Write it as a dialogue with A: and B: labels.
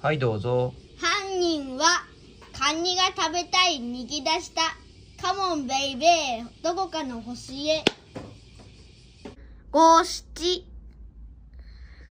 A: はい、どうぞ。
B: 犯人はカニが食べたい逃げ出したカモンベイベーどこかの星へ五七